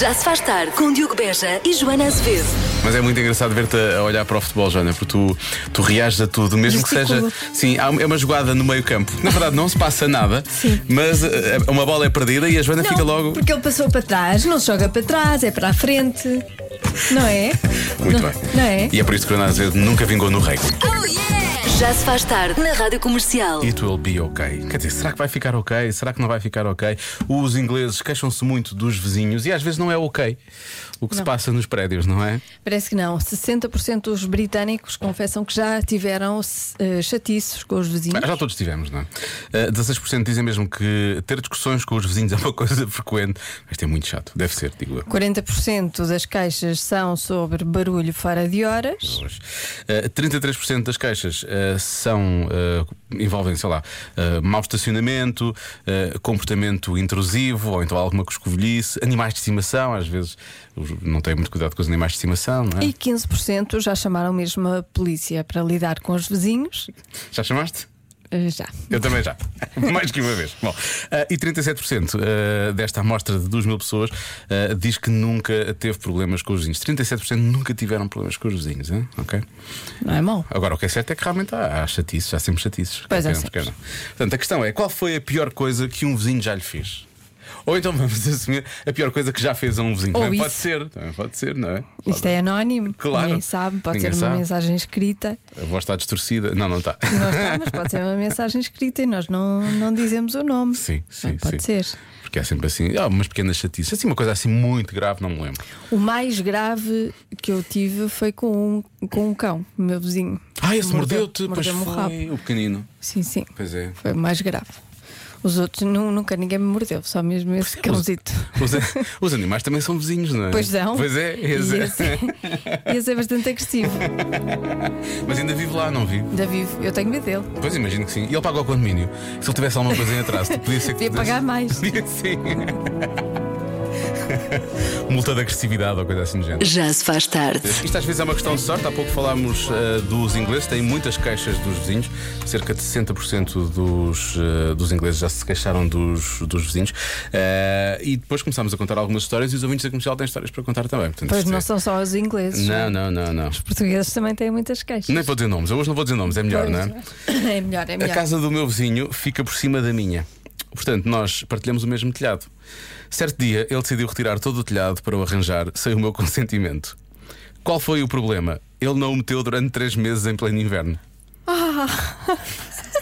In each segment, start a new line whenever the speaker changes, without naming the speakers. Já se faz tarde com Diogo Beja e Joana Azevedo.
Mas é muito engraçado ver-te a olhar para o futebol, Joana, porque tu, tu reages a tudo, mesmo que seja.
Gesticulo.
Sim, há- é uma jogada no meio-campo. Na verdade, não se passa nada,
Sim.
mas eh, uma bola é perdida e a Joana
Não,
fica logo.
Porque ele passou para trás, não se joga para trás, é para a frente. Não é?
Muito
não-
bem.
não é?
E é por isso que o Ronaldo Azevedo nunca vingou no rei.
Oh, Já se faz tarde na Rádio Comercial.
It will be okay. Quer dizer, será que vai ficar ok? Será que não vai ficar ok? Os ingleses queixam-se muito dos vizinhos e às vezes não é ok o que se passa nos prédios, não é?
Parece que não. 60% dos britânicos confessam que já tiveram eh, chatiços com os vizinhos.
Bem, Já todos tivemos, não é? Eh, 16% dizem mesmo que ter discussões com os vizinhos é uma coisa frequente. Isto é muito chato, deve ser, digo eu.
40% das queixas são sobre barulho fora de horas.
Pois. Eh, 33% das queixas eh, são eh, envolvem, sei lá, eh, mau estacionamento, eh, comportamento intrusivo ou então alguma coscovilhice, animais de estimação, às vezes os- não têm muito cuidado com os animais de estimação, não é?
E 15% já chamaram mesmo a polícia para lidar com os vizinhos.
Já chamaste?
Eh, já.
Eu também já. Mais que uma vez. Bom, ah, e 37% ah, desta amostra de 2 mil pessoas ah, diz que nunca teve problemas com os vizinhos. 37% nunca tiveram problemas com os vizinhos. Hein? Ok?
Não é mau?
Agora, o que é certo é que realmente há, há chatices, há sempre chatices.
Pois
Quer
há
queiramos,
sempre.
quer não. Portanto, a questão é: qual foi a pior coisa que um vizinho já lhe fez? Ou então vamos assumir a pior coisa que já fez a um vizinho.
Ou
Também pode
isso.
ser, também pode ser, não é?
Isto é anónimo,
Claro.
ninguém sabe, pode
Ninguém
ser uma
sabe.
mensagem escrita.
A voz está distorcida. Não, não está.
é- Não está, mas pode ser uma mensagem escrita e nós não, não dizemos o nome.
Sim, sim,
Não Pode
sim.
ser.
Porque é sempre assim, há umas pequenas chatices. Assim, uma coisa assim muito grave, não me lembro.
O mais grave que eu tive foi com um, com um cão, o meu vizinho.
Ah, esse mordeu-te, pois
Mordeu-me o rabo.
foi o pequenino.
Sim, sim.
Pois é.
Foi o mais grave. Os outros, nu- nunca ninguém me mordeu, só mesmo esse
é.
cãozito.
Os, os animais também são vizinhos, não é?
Pois não.
Pois é,
E
esse é.
esse, esse é bastante agressivo.
Mas ainda vive lá, não vive?
Ainda vivo, eu tenho medo dele.
Pois imagino que sim. E ele paga o condomínio. Se ele tivesse alguma coisa em atraso, tipo, podia ser que.
Devia pagar mais.
Podia sim. Multa de agressividade ou coisa assim do género.
Já se faz tarde.
Isto às vezes é uma questão de sorte. Há pouco falámos eh, dos ingleses, têm muitas queixas dos vizinhos. Cerca de 60% dos, eh, dos ingleses já se queixaram dos, dos vizinhos. Eh, e depois começámos a contar algumas histórias e os ouvintes da comercial têm histórias para contar também. Portanto,
Pois
isto
não
é-
são só os ingleses.
Não, não, não, não.
Os portugueses também têm muitas queixas.
Nem vou dizer nomes. Eu hoje não vou dizer nomes, é melhor, não é?
É melhor, é
A
melhor.
casa do meu vizinho fica por cima da minha. Portanto, nós partilhamos o mesmo telhado. Certo dia, ele decidiu retirar todo o telhado para o arranjar sem o meu consentimento. Qual foi o problema? Ele não o meteu durante três meses em pleno inverno.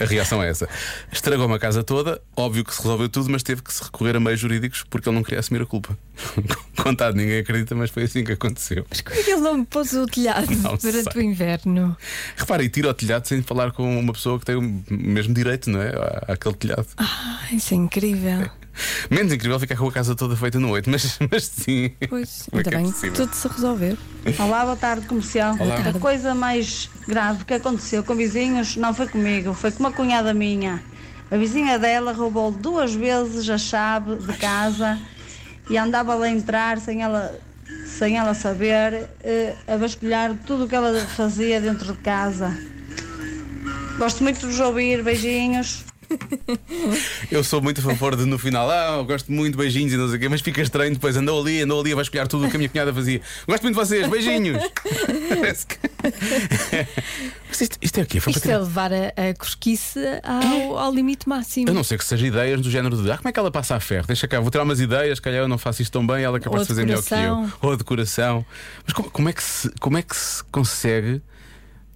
A reação é essa. Estragou uma casa toda, óbvio que se resolveu tudo, mas teve que se recorrer a meios jurídicos porque ele não queria assumir a culpa. Contado, ninguém acredita, mas foi assim que aconteceu.
Mas como é que ele não me pôs o telhado
Não
durante
sei.
o inverno?
Repara, e tira o telhado sem falar com uma pessoa que tem o mesmo direito, não é? À- Àquele telhado.
Ah, isso é incrível.
Menos incrível ficar com a casa toda feita no 8, mas, mas sim.
Pois,
Como é
ainda
que é
bem que
possível?
tudo se resolveu.
Olá, boa tarde, comercial. A coisa mais grave que aconteceu com vizinhos não foi comigo, foi com uma cunhada minha. A vizinha dela roubou duas vezes a chave de casa e andava lá a entrar sem ela, sem ela saber, eh, a vasculhar tudo o que ela fazia dentro de casa. Gosto muito de vos ouvir, beijinhos.
Eu sou muito a favor de no final, ah, eu gosto muito, beijinhos e não sei o quê, mas fica estranho depois, andou ali, andou ali, vai escolher tudo o que a minha cunhada fazia. Gosto muito de vocês, beijinhos! Parece que. Mas isto, isto é o quê? Foi para
Isto
tirar-
é levar a, a cosquice ao, ao limite máximo.
A não ser que seja ideias do género de ah, como é que ela passa a ferro? Deixa cá, vou tirar umas ideias, se calhar eu não faço isto tão bem, ela é capaz
Ou
de fazer melhor que eu.
decoração.
Ou a decoração. Mas como, como é, que se, como é que se consegue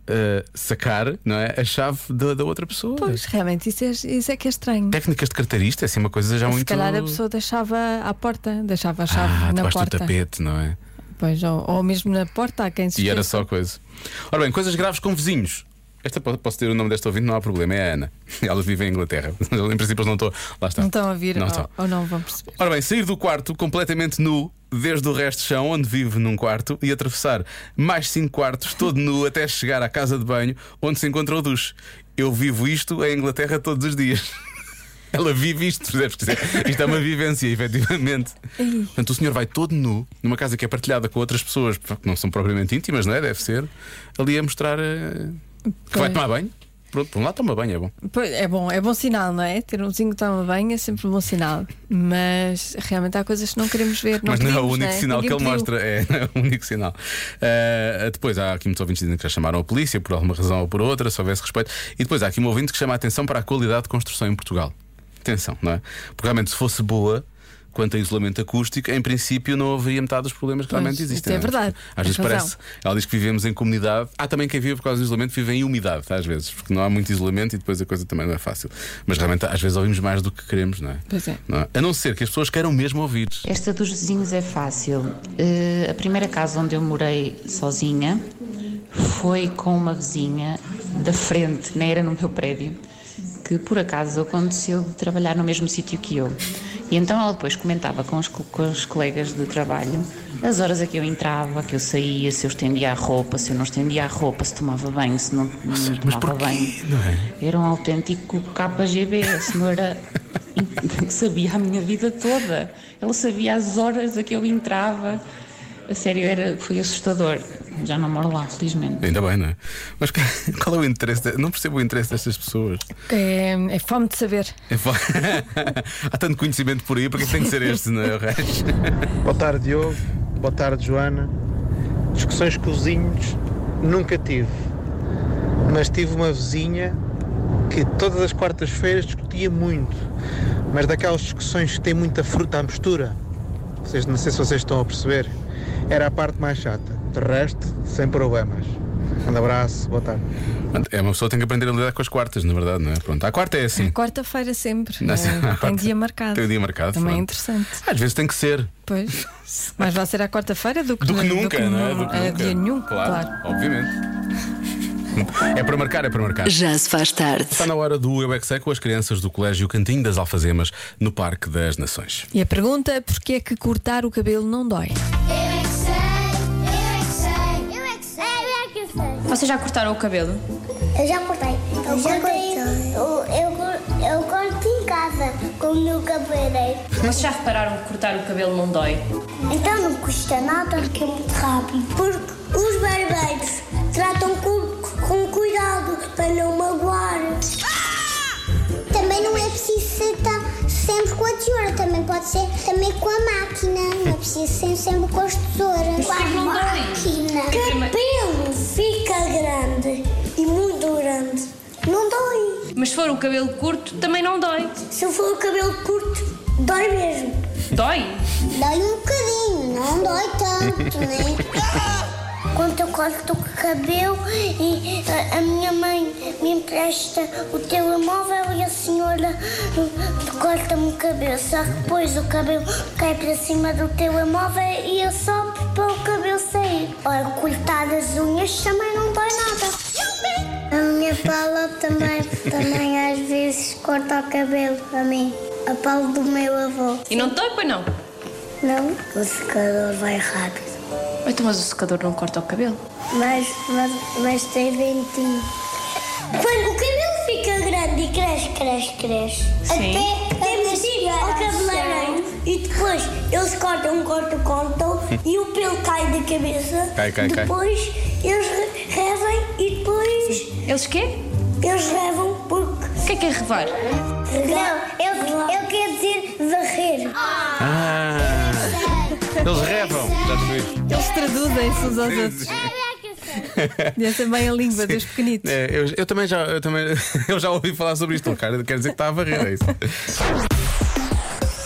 ah, sacar não é, a chave da, da outra pessoa?
Pois, realmente, isso é, isso é que é estranho.
Técnicas de carteirista, é assim uma coisa já
Se
muito.
calhar a pessoa deixava à porta, deixava a chave
Ah,
na
debaixo do
porta.
tapete, não é?
Pois, ou, ou mesmo na porta, há quem se
E era
esqueça.
só coisa. Ora bem, coisas graves com vizinhos. Esta po- posso ter o nome desta ouvinte, não há problema, é a Ana. Ela vive em Inglaterra. em princípio, eles não estão. Lá está.
Não estão a vir
Não
ou,
estão.
ou não vão perceber.
Ora bem, sair do quarto completamente nu, desde o resto de chão, onde vive num quarto, e atravessar mais cinco quartos, todo nu, até chegar à casa de banho, onde se encontra o duche. Eu vivo isto em Inglaterra todos os dias. Ela vive isto, percebes? Quer dizer, Isto é uma vivência, efetivamente. Portanto, o senhor vai todo nu, numa casa que é partilhada com outras pessoas que não são propriamente íntimas, não é? Deve ser, ali a mostrar eh, que vai
Pois.
tomar banho. Pronto, por um lado toma banho, é bom.
Pois, é bom, é bom sinal, não é? Ter um zinho que toma bem é sempre um bom sinal. Mas realmente há coisas que não queremos ver.
Mas não é o
pedimos,
único
né?
sinal que
Ninguém
ele
pediu.
mostra. É, não é o único sinal. Ah, depois há aqui muitos ouvintes dizendo que já chamaram a polícia por alguma razão ou por outra, se houvesse respeito. E depois há aqui um ouvinte que chama a atenção para a qualidade de construção em Portugal. Atenção, não é? Porque realmente se fosse boa. Quanto a isolamento acústico, em princípio não haveria metade dos problemas que
Pois,
realmente existem.
isso é
não
verdade,
Às vezes
tem razão.
parece. Ela diz que vivemos em comunidade. Há também quem vive por causa do isolamento, vive em umidade, às vezes, porque não há muito isolamento e depois a coisa também não é fácil. Mas realmente às vezes ouvimos mais do que queremos, não é?
Pois é.
Não é? A não ser que as pessoas queiram mesmo ouvir.
Esta dos vizinhos é fácil. Eh, a primeira casa onde eu morei sozinha foi com uma vizinha da frente, nem era no meu prédio, que por acaso aconteceu de trabalhar no mesmo sítio que eu. E então ela depois comentava com os, co- com os colegas de trabalho as horas a que eu entrava, que eu saía, se eu estendia a roupa, se eu não estendia a roupa, se tomava banho, se não, não
Mas
tomava banho.
porquê? Não é?
Era um autêntico KGB, a senhora sabia a minha vida toda. Ela sabia as horas a que eu entrava. A sério, era, foi assustador. Já não moro lá, felizmente.
Ainda bem, não é? Mas qual- qual é o interesse? de- Não percebo o interesse destas pessoas.
É, é fome de saber.
É fa- Há tanto conhecimento por aí, porque tem que ser este, não é? O resto?
Boa tarde, Diogo. Boa tarde, Joana. Discussões com vizinhos nunca tive, mas tive uma vizinha que todas as quartas-feiras discutia muito, mas daquelas discussões que tem muita fruta à mistura. Vocês, não sei se vocês estão a perceber. Era a parte mais chata. De resto, sem problemas. Um abraço, boa tarde.
Pronto, É uma pessoa que tem que aprender a lidar com as quartas, na verdade, não é? Pronto, a quarta é assim.
Quarta-feira sempre.
Não,
é,
sim, à
tem
quarta-
dia marcado.
Tem o dia marcado.
Também é
pronto.
interessante.
Às vezes tem que ser.
Pois. Mas vai ser à quarta-feira do que,
Do que
no-
nunca, não é? Do que
é,
nunca.
dia nenhum, claro.
Obviamente. É para marcar, é para marcar.
Já se faz tarde.
Está na hora do Eu é que Sei com as crianças do Colégio Cantinho das Alfazemas, no Parque das Nações.
E a pergunta é porquê é que cortar o cabelo não dói?
Vocês já cortaram o cabelo?
Eu já cortei. Eu, já cortei. Eu, eu, cor- eu corto em casa com o meu cabeleireiro.
Vocês já repararam que cortar o cabelo não dói?
Então não custa nada porque é muito rápido. Porque os barbeiros tratam com, com cuidado para não magoar. Ah! Também não é preciso ser tá- sempre com a tesoura, também pode ser também com a máquina. Não é preciso ser sempre com as tesouras. Com a máquina. Cabelo fica grande e muito grande. Não dói.
Mas se for o cabelo curto, também não dói.
Se eu for o cabelo curto, dói mesmo.
Dói?
Dói um bocadinho, não dói tanto, né? Quando eu corto o cabelo e a, a minha mãe me empresta o telemóvel e a senhora uh, corta-me o cabelo. Só que depois o cabelo cai para cima do telemóvel e eu sopro para o cabelo sair. Ora, cortar as unhas também não dói nada. A minha pala também, também às vezes corta o cabelo a mim. A pala do meu avô.
E não dói, pois não?
Não, o secador vai rápido.
Então, mas o secador não corta o cabelo?
Mas, mas, mas tem ventinho. Quando o cabelo fica grande e cresce, cresce, cresce.
Sim.
Até temos de ir ao cabeleireiro. E depois eles cortam, um cortam, cortam. e o pelo cai da cabeça.
Cai, cai, cai.
depois eles re- revam e depois
Eles quê?
eles revam porque.
O que é que é revar?
Não, eu, eu quero dizer varrer.
Ah! Eles revam, já percebi.
Eles traduzem-se uns aos outros. E é também a língua dos pequenitos.
É, eu, eu também já, eu também, eu já ouvi falar sobre isto, cara. Quer dizer que está a varrer, é isso.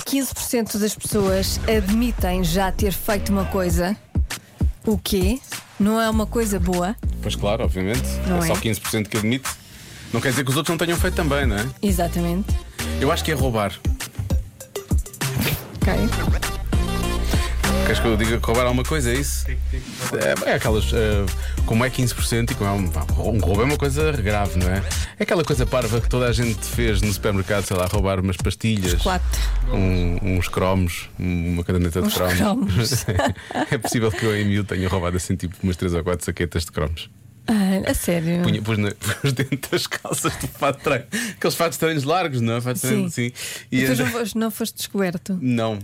15% das pessoas admitem já ter feito uma coisa, o quê? Não é uma coisa boa.
Pois claro, obviamente.
Não
é,
é?
só 15% que admite. Não quer dizer que os outros não tenham feito também, não é?
Exatamente.
Eu acho que é roubar.
Ok.
Queres que eu diga que roubar alguma coisa, é isso? É, é aquelas. eh, como é 15% e como é um, pá, um roubo é uma coisa grave, não é? É aquela coisa parva que toda a gente fez no supermercado, sei lá, roubar umas pastilhas.
Chocolate.
um- uns cromos, uma caderneta de
Uns
cromos.
cromos.
é possível que eu em miúdo tenha roubado assim tipo umas 3 ou 4 saquetas de cromos.
Ah, a sério.
Punha, pus, na- pus dentro das calças do fato de treino. Aqueles fatos de treinos largos, não é? Fato de treino,
Sim.
sim.
E
E
tu não Ah,
anda-
foste, não foste descoberto.
Não.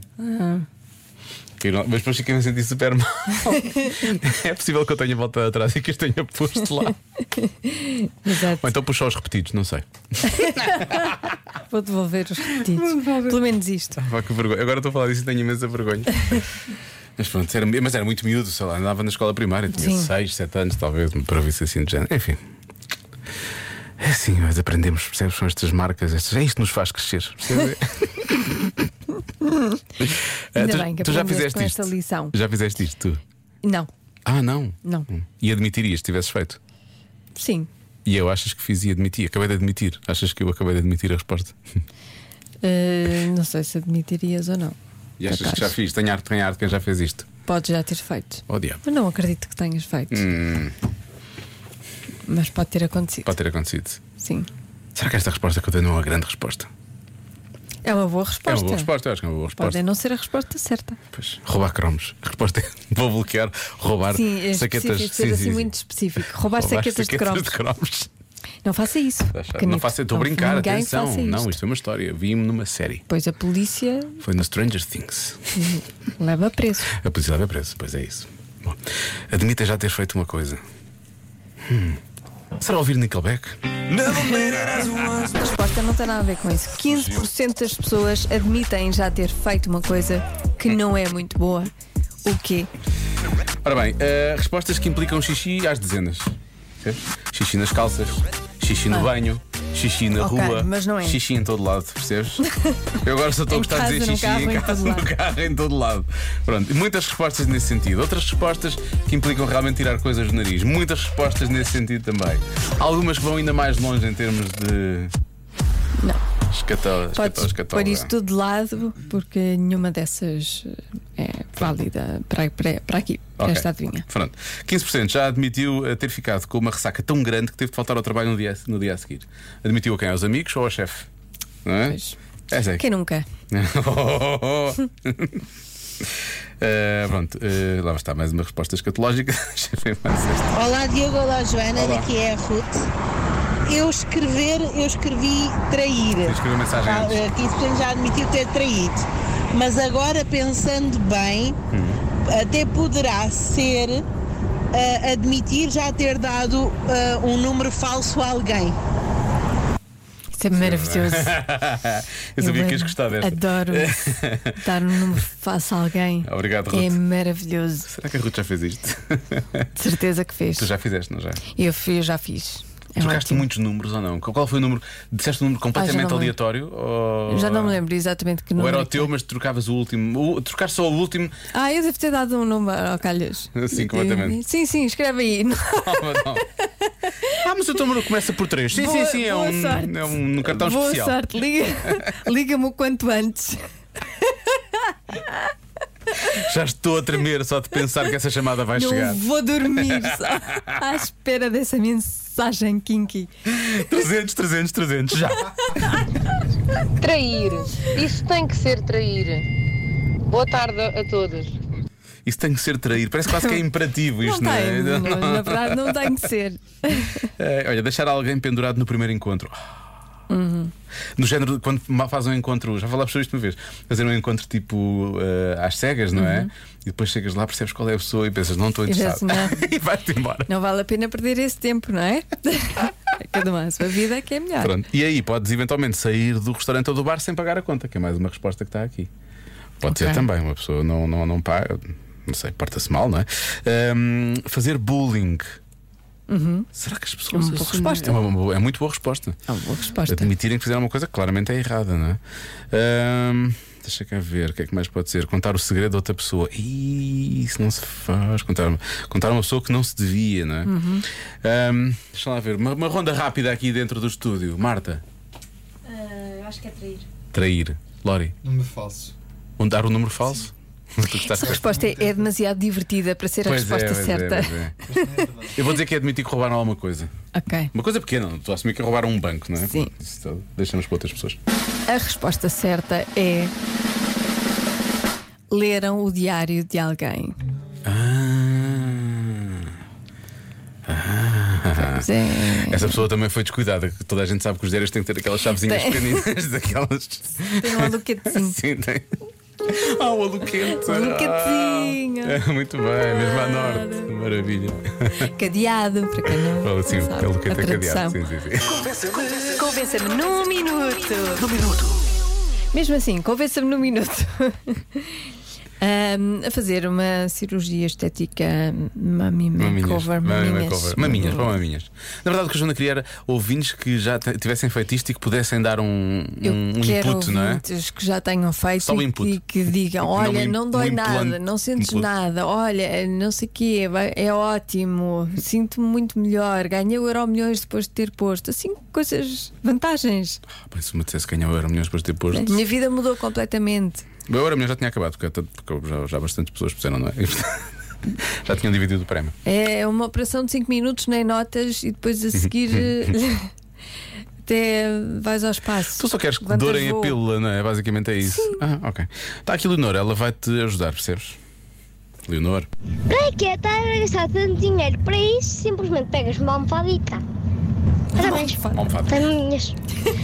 Que não- Mas depois fiquei a sentir super mal. é possível que eu tenha voltado atrás e que os tenha posto lá.
Exato.
Ou então puxou os repetidos, não sei.
Vou devolver os repetidos. Pelo menos isto.
Pá, que vergonha. Agora estou a falar disso e tenho imensa vergonha. Mas pronto, era, mas era muito miúdo, sei lá, andava na escola primária, tinha
Sim.
6, 7 anos, talvez, para ouvir assim de género. Enfim. É assim, nós aprendemos, percebes? São estas marcas, estas, é isto que nos faz crescer. percebes? Ah,
Ainda
tu
bem que
tu já
aprendeste
fizeste
com
isto.
esta lição.
Já fizeste isto, tu?
Não,
Ah, não?
Não.
Hum. E admitirias se tivesses feito?
sim.
E eu achas que fiz e admiti, acabei de admitir. Achas que eu acabei de admitir a resposta?
Uh, não sei se admitirias ou não.
E achas
Capaz.
que já fiz? Tenho arte, tenho arte, quem já fez isto?
Podes já ter feito.
Oh diabo.
Mas não acredito que tenhas feito.
Hum,
Mas pode ter acontecido.
pode ter acontecido.
Sim.
Será que esta resposta que eu tenho não é uma grande resposta?
É uma boa
É
resposta.
uma boa resposta, eu acho que é uma boa
Pode
resposta.
não ser a resposta certa.
Pois, roubar cromos. A resposta é: vou bloquear, roubar
Sim, é
saquetas.
específico, ser assim muito específico. Roubar saquetas de cromos.
cromos.
Não faça isso.
Tá certo. Não
Canito.
faça, estou a
Não-
brincar,
ninguém
atenção.
faça
Não,
isto.
isto é uma história. Vi-me numa série.
Pois a polícia
Foi no Stranger Things.
leva preso.
A polícia leva preso, pois é isso. Bom, admita já ter feito uma coisa. Hum, Será ouvir Nickelback?
A resposta não tem nada a ver com isso. 15% das pessoas admitem já ter feito uma coisa que não é muito boa. O quê?
Ora bem, eh, respostas que implicam xixi às dezenas. Percebes? Xixi nas calças, xixi no
Ah.
banho, xixi na
Ok,
rua,
mas não é.
xixi em todo lado, percebes? Eu agora só estou a
Em
gostar de
casa,
dizer
no
xixi
carro,
em
em
casa,
todo
no
lado.
carro, em todo lado. Pronto, muitas respostas nesse sentido. Outras respostas que implicam realmente tirar coisas do nariz. Muitas respostas nesse sentido também. Algumas que vão ainda mais longe em termos de. Não. Escatola, escatola,
Podes
escatola.
pôr isso tudo de lado porque nenhuma dessas é válida para, para, para aqui, para
Ok.
esta adivinha.
Pronto. 15% já admitiu eh, ter ficado com uma ressaca tão grande que teve de faltar ao trabalho no dia, no dia a seguir. Admitiu a quem? Aos amigos ou ao chefe? Não é?
Pois.
Essa é que-
Quem nunca?
Oh, oh, oh. Eh, pronto, eh, lá está mais uma resposta escatológica. Deixa eu ver mais esta.
Olá Diogo, olá Joana,
Olá.
daqui é a Ruth. Eu escrever, eu escrevi trair.
Escreveu mensagem
Já,
antes.
eh, 15% já admitiu ter traído. Mas agora pensando bem,
Hum.
até poderá ser eh, admitir já ter dado eh, um número falso a alguém.
Isso é maravilhoso.
Eu sabia que ias gostar desta.
Adoro dar um número face a alguém.
Obrigado,
É
Ruth.
maravilhoso.
Será que a Ruth já fez isto?
De certeza que fez.
tu já fizeste, não já?
Eu, fui, eu já fiz. É
Trocaste
ótimo.
muitos números ou não? Qual foi o número? Disseste um número
Ah, já
completamente
não me lembro.
aleatório? Ou...
Já não me lembro exatamente que
Ou
número.
era o
é que
teu,
foi.
mas trocavas o último. O, trocar só o último
Ah, eu devo ter dado um número ao calhas.
Sim, completamente.
Sim, sim, escreve aí.
Calma, não. Ah, mas o teu número começa por 3. Sim,
Boa-
sim, sim, é
boa
um,
sorte.
é um, um cartão
Boa
especial.
sorte, liga- liga-me o quanto antes.
Já estou a tremer só de pensar que essa chamada vai
Não
chegar.
vou dormir só à espera dessa mensagem kinky.
300, 300, 300, já.
Trair. Isso tem que ser trair. Boa tarde a todos.
Isso tem que ser trair. Parece quase que é imperativo isto, não,
não tem,
é?
não- na verdade não tem que ser.
É, Olha, deixar alguém pendurado no primeiro encontro.
Uhum.
No género, de quando ma- faz um encontro, já falámos sobre isto uma vez, fazer um encontro tipo eh, às cegas, não
Uhum.
é? E depois chegas lá, percebes qual é a pessoa e pensas, não estou
pensas,
interessado. e vais-te embora.
Não vale a pena perder esse tempo, não é? Cada uma a sua vida é que é melhor.
Pronto. E aí podes eventualmente sair do restaurante ou do bar sem pagar a conta, que é mais uma resposta que está aqui. Pode ser
Ok.
também, uma pessoa não, não, não paga, não sei, porta-se mal, não é? Ahm, fazer bullying. Será que as pessoas.
Uhum. É uma boa
assumem?
resposta.
É, uma boa- é muito boa resposta.
É uma boa resposta.
Admitirem que fizeram uma coisa que claramente é errada, não é? Ahm, deixa cá ver, o que é que mais pode ser? Contar o segredo a outra pessoa. Ih, isso não se faz. Contar, contar a uma pessoa que não se devia, não é?
Uhum.
Ahm, deixa lá ver, uma, uma ronda rápida aqui dentro do estúdio. Marta,
acho que é trair.
trair. Lori,
Número falso.
um- dar o número falso? Tu gostaste?
Essa resposta é, é demasiado divertida para ser a
Pois é,
resposta
pois é,
certa.
pois é. Eu vou dizer que admiti que roubaram alguma coisa.
Ok.
Uma coisa pequena, estou a assumir que roubaram um banco, não é?
Sim.
Isso tudo. Deixamos para outras pessoas.
A resposta certa é. Leram o diário de alguém. Ah.
Ah.
Pois é.
Essa pessoa também foi descuidada. que Toda a gente sabe que os diários têm que ter aquelas chavezinhas
Tem.
pequeninas daquelas.
Tem um aluquetezinho.
Sim, tem. Ah, o aluquete.
Aluquetezinho.
Ah, muito bem, mesmo à norte. Maravilha.
Cadeado, para quem não.
Fala assim,
sabe
aluquete é
a
cadeado.
tradução.
Sim, sim, sim.
Convença-me num minuto. Num minuto. Mesmo assim, convença-me num minuto. Ahm, a fazer uma cirurgia estética mami
Maminhas,
makeover.
mami
maminhas.
makeover. Maminhas, para maminhas. Na verdade, o que a Joana queria era ouvintes que já te- tivessem feito isto e que pudessem dar um,
Eu
um, um
quero
input, não é?
ouvintes que já tenham feito
Só o
e,
input.
e que digam:
Não
olha,
um im-
não, dói
um
nada,
implante.
não sentes
Input.
nada, olha, não sei o quê, vai- é ótimo, sinto-me muito melhor, ganhei o euro milhões depois de ter posto. Assim, coisas, vantagens.
Ah, bem, se me dissesse que ganhava euro milhões depois de ter
A
posto.
minha vida mudou completamente.
O euro milhões já tinha acabado, porque, tanto- porque já, já bastantes pessoas puseram, não é? já tinham dividido o prémio.
É uma operação de 5 minutos, nem notas, e depois a seguir eh, até vais ao espaço.
Tu só queres que te
Levantas
dourem a
voo.
pílula, não é? Basicamente é isso. Ah, ok. Está aqui Leonor, ela vai te ajudar, percebes? Leonor.
Para que é estar a gastar tanto dinheiro para isso? Simplesmente pegas uma almofadita. Parabéns.
Almofada.
Taminhas.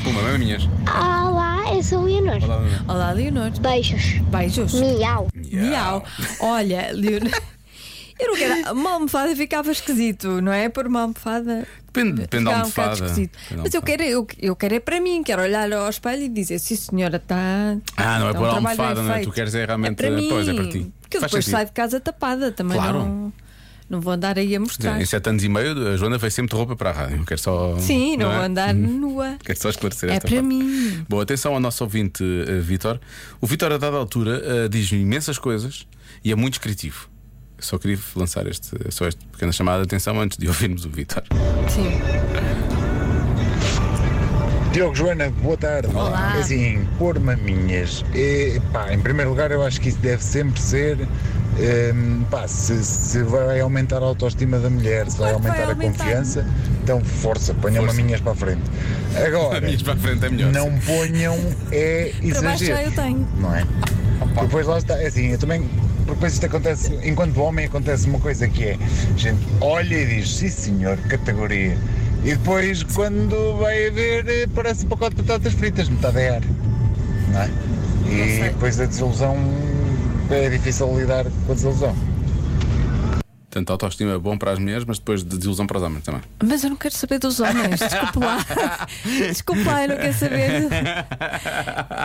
Puma, não é minhas.
Olá, eu sou a Leonor.
Olá, Leonor.
Olá, Leonor.
Beijos.
Beijos.
Miau.
Miau. Olha, Leonor. Eu não quero. Uma almofada ficava esquisito, não é? Por uma almofada.
Depende, depende da
ficava um bocado
almofada.
esquisito.
Depende da
Mas eu
almofada.
quero, eu, eu quero é para mim, quero olhar ao espelho e dizer: Sim, senhora, está.
Ah, não é
está
por
um trabalho
almofada,
bem
não é?
feito."
Tu queres é
É
realmente-
para mim.
pois, é para ti.
Que eu
Faz
depois
sentido.
saio de casa tapada também.
Claro.
Não, não vou andar aí a
Quer dizer,
mostrar.
Em sete anos e meio, a Joana veio sempre de roupa para a rádio. Eu Quero só.
Sim, não,
é?
vou andar nua.
Quero só esclarecer
É
esta
para
parte.
mim.
Bom, atenção ao nosso ouvinte eh, Vítor. O Vítor, a dada altura, eh, diz imensas coisas e é muito descritivo. Eu só queria lançar este, só esta pequena chamada de atenção antes de ouvirmos o Vítor.
Sim.
Diogo Joana, boa tarde.
Olá.
É Assim, pôr maminhas. É, pá, em primeiro lugar, eu acho que isso deve sempre ser. hum, pá, se, se vai aumentar a autoestima da mulher, se vai
Claro que
aumentar,
vai
a
aumentar.
confiança, então força, ponham
Força.
maminhas para a frente. Agora,
Maminhas para a frente é melhor,
Não
sim.
ponham é
Para baixo já
exagero.
eu tenho.
Não é? Depois lá está, é assim, eu também. Porque depois isto acontece, enquanto homem acontece uma coisa que é, a gente olha e diz, sim senhor, categoria. E depois quando vai a ver eh, parece um pacote de batatas fritas, metade é ar. Não é? E depois a desilusão é difícil lidar com a desilusão.
Portanto, a autoestima é bom para as mulheres, mas depois de desilusão para os homens também.
Mas eu não quero saber dos homens, desculpe lá. desculpe lá, eu não quero saber.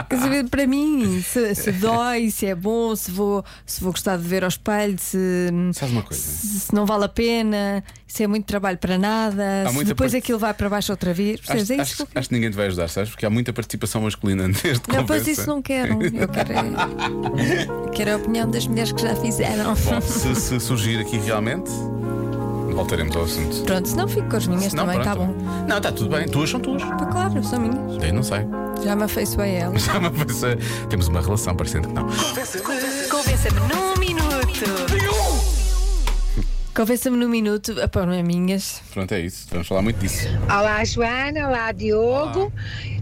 Quero saber para mim se, se dói, se é bom, se vou, se vou gostar de ver ao espelho, se,
Sabe uma coisa?
se, se não vale a pena, se é muito trabalho para nada, se
muita
depois
parte-
aquilo vai para baixo outra vez. Percebes?
Acho,
É isso que
acho-
eu quero.
acho que ninguém te vai ajudar, sabes? Porque há muita participação masculina neste
Não, pois isso não quero. Eu quero, é- quero a opinião das mulheres que já fizeram.
Bom, se, se surgir aqui realmente, voltaremos ao assunto.
Pronto, se não fico com as minhas
Não,
também, está
pronto.
bom.
Não, está tudo bem. Tuas são tuas.
Pá, claro, são minhas.
Daí não sei.
Já me afeiçoei a elas.
Já me pensei. Temos uma relação parecendo que não.
Convença-me num minuto. Convença-me num minuto. Ah, pá, não é minhas.
Pronto, é isso. Vamos falar muito disso.
Olá Joana, olá Diogo.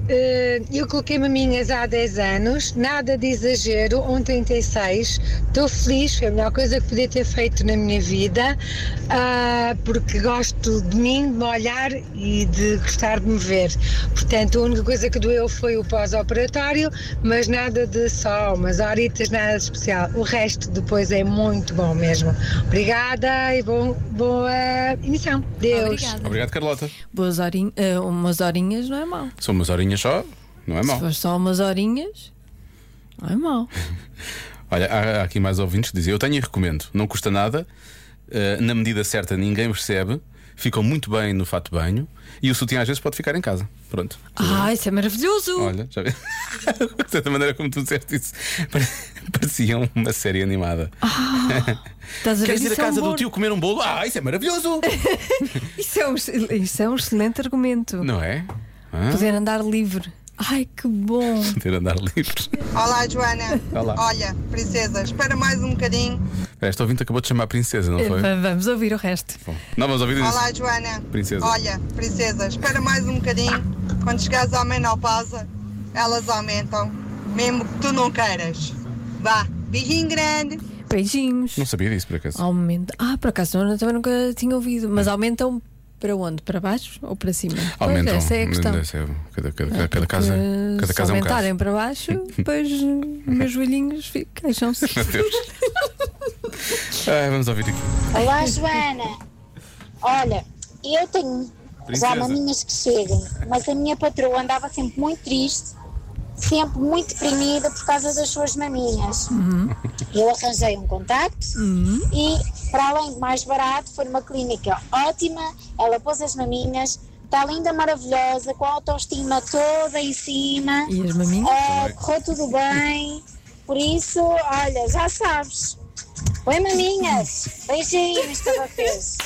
Eh, Eu coloquei maminhas há 10 anos, nada de exagero, 1,36. Estou feliz, foi a melhor coisa que podia ter feito na minha vida, ah, porque gosto de mim, de me olhar e de gostar de me ver. Portanto, a única coisa que doeu foi o pós-operatório, mas nada de só, umas horitas, nada de especial. O resto depois é muito bom mesmo. Obrigada e bom, boa emissão. Deus.
Obrigado, Carlota.
Boas horinhas. ah, umas horinhas não é mau.
São umas horinhas só, não é
Se
mal.
for só umas horinhas, não é mau.
Olha, há, há aqui mais ouvintes que dizem: Eu tenho e recomendo, não custa nada, eh, na medida certa ninguém percebe, ficam muito bem no fato de banho e o sutiã às vezes pode ficar em casa. Pronto.
Ah, isso é maravilhoso.
Olha, já vi. De certa maneira como tu disseste isso, pare- parecia uma série animada.
Ah, Estás a ver?
Queres ir à
Isso é um
casa
bom-
do tio comer um bolo? Ah, isso é maravilhoso!
Isso é um, excel- isso é um excelente argumento.
não é? Hã?
Poder andar livre. Ai, que bom.
Ter andar livre.
Olá, Joana.
Olá.
Olha, princesa, espera mais um bocadinho.
Esta ouvinte acabou de chamar a princesa, não foi?
Eh, va- Vamos ouvir o resto.
Não, mas ouvidos.
Olá, Joana.
Princesa.
Olha, princesa, espera mais um bocadinho. Quando chegares à menopausa, elas aumentam, mesmo que tu não queiras. Vá, beijinho grande.
Beijinhos. Oh,
Não sabia disso por acaso.
Aumenta. Ah, por acaso eu também nunca tinha ouvido, mas aumentam Para onde? Para baixo ou para cima? Pois,
Aumentam.
essa é a questão.
Deve ser- cada, cada-
Não é?
cada casa,
Porque
cada casa é
se
um caso.
aumentarem para baixo, depois eh, meus joelhinhos fi- queixam-se.
Meu Deus. Ah, vamos ouvir aqui.
Olá, Joana. Olha, eu tenho já
Princesa.
maminhas que chegam, mas a minha patroa andava sempre muito triste, sempre muito deprimida por causa das suas maminhas. Eu arranjei um contacto e, para além de mais barato, foi numa clínica ótima. Ela pôs as maminhas, está linda, maravilhosa, com a autoestima toda em cima.
E as maminhas?
Ah, correu tudo bem. Por isso, olha, já sabes. Põe maminhas. Beijinhos para vocês.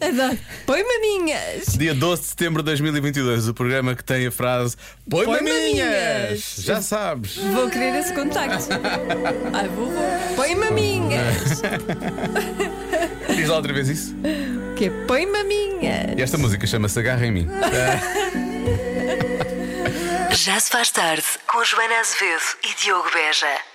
Adoro. Põe maminhas.
Dia 12 de setembro de 2022, o programa que tem a frase Põe
Põe
maminhas!
maminhas!
Já sabes.
Vou querer esse contacto. Ai, vou, vou. Põe maminhas.
Diz lá outra vez isso.
Que é põe maminhas.
E esta música chama-se Agarra em mim. Ah,
Já se faz tarde com Joana Azevedo e Diogo Beja.